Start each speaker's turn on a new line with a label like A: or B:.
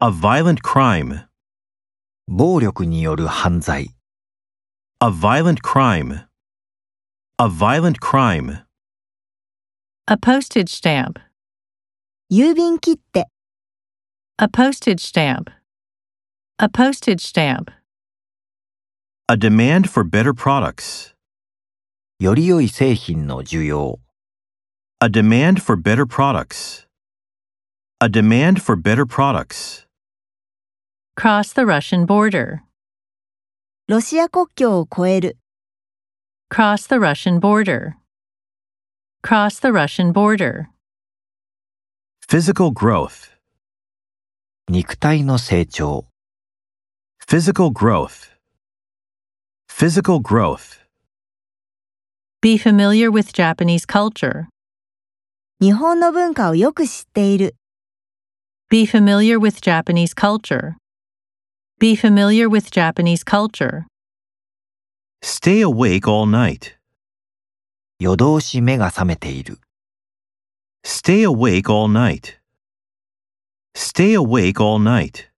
A: A violent crime.
B: 暴力による犯罪
A: A violent crime. A violent crime.
C: A postage stamp.
D: 郵便切手、
C: A postage stamp. A postage stamp.
A: A demand for better products.
B: より良い製品の需要
A: A demand for better products. A demand for better products.
C: Cross the Russian border.
D: ロシア国境を越える、
C: Cross the Russian border. Cross the Russian border.
A: Physical growth.
B: 肉体の成長
A: Physical growth. Physical growth.
C: Be familiar with Japanese culture.
D: 日本の文化をよく知っている、
C: Be familiar with Japanese culture. Be familiar with Japanese culture.
A: Stay awake all night.
B: 夜通し目が覚めている
A: Stay awake all night. Stay awake all night.